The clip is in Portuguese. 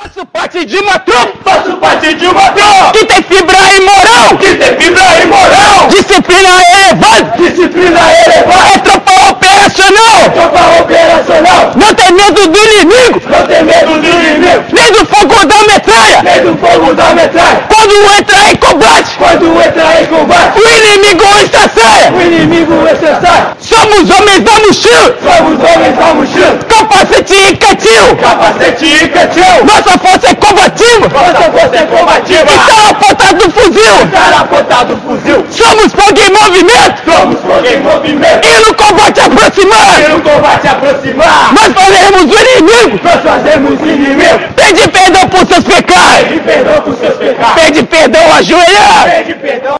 Faço parte de uma tropa Faço parte de uma tropa que tem fibra e moral. que tem fibra e moral. Disciplina elevada. Disciplina elevada. É tropa operacional. Tropa operacional. Não tem medo do inimigo, Não tem medo do inimigo. nem do fogo da metralha. Nem do fogo da metralha. Quando um entra em combate, Quando entra em combate, o inimigo o estaceia. inimigo é cessar. Somos homens da mochila, Somos homens da mochila. capacete e cantil. Capacete e cantil. Nossa força é combativa, Nossa força é combativa. está na ponta do fuzil. Estar apontado o fuzil. Somos fogo em movimento Somos fogo em movimento. e no combate E aproximado. no combate aproximar. Nós faremos o inimigo. Nós fazemos inimigo. Pede perdão por seus pecados. Pede perdão por seus pecados. Pede perdão ajoelhado. Pede perdão.